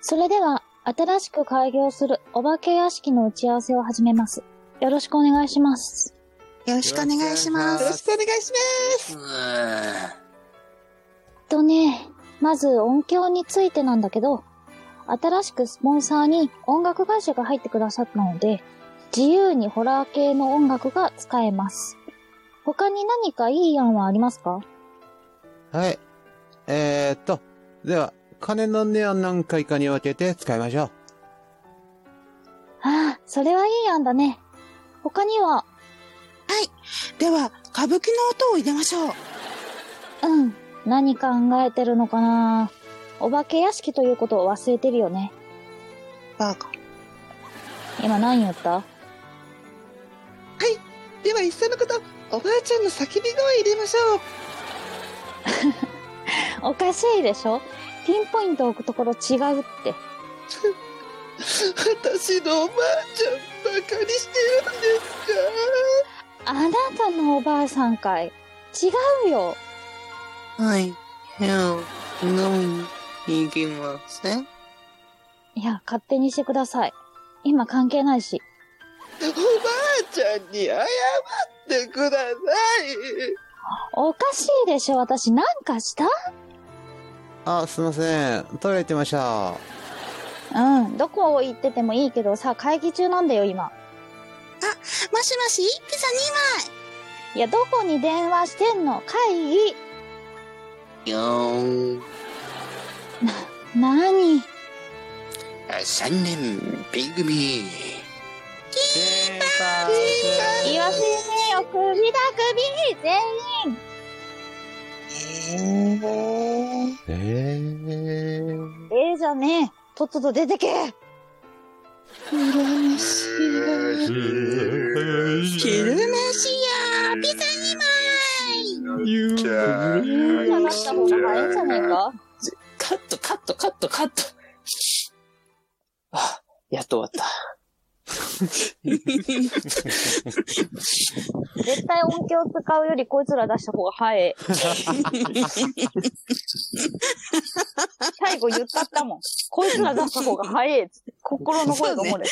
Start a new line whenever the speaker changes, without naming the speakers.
それでは、新しく開業するお化け屋敷の打ち合わせを始めます。よろしくお願いします。
よろしくお願いしま
よろ
す。
しくお願いします。
とね、まず音響についてなんだけど、新しくスポンサーに音楽会社が入ってくださったので、自由にホラー系の音楽が使えます。他に何かいい案はありますか
はい。えー、っと、では、金の値は何回かに分けて使いましょう。
ああ、それはいい案だね。他には、
では、歌舞伎の音を入れましょう。
うん、何考えてるのかなお化け屋敷ということを忘れてるよね。
バーカ。
今何言った
では、いっそのこと、おばあちゃんの叫び声入れましょう。
おかしいでしょピンポイント置くところ違うって。
私のおばあちゃん、バカにしてるんです
あなたのおばあさんかい。違うよ。
はい。部屋を飲みに行きません
いや、勝手にしてください。今関係ないし。
かおばあちゃんに謝ってください。
おかしいでしょ私なんかした
あ、すいません。トイレ行ってました。
うん。どこを行っててもいいけどさ、会議中なんだよ、今。
もしもし、ピザ
いや、どこに電話してんの会議。
よーん。
何
三年 B 組。
言わせねえよ、首だ、首全員
えー。
ええじゃねえ。とっとと出てけ
2枚。昼飯や。昼飯や。ピザ
言うじゃなした方が早いんじゃねえか
カット、カット、カット、カット。あ、やっと終わった。
絶対音響使うよりこいつら出した方が早い。最後言ったったもん。こいつら出した方が早いっつって。心の声が漏れ。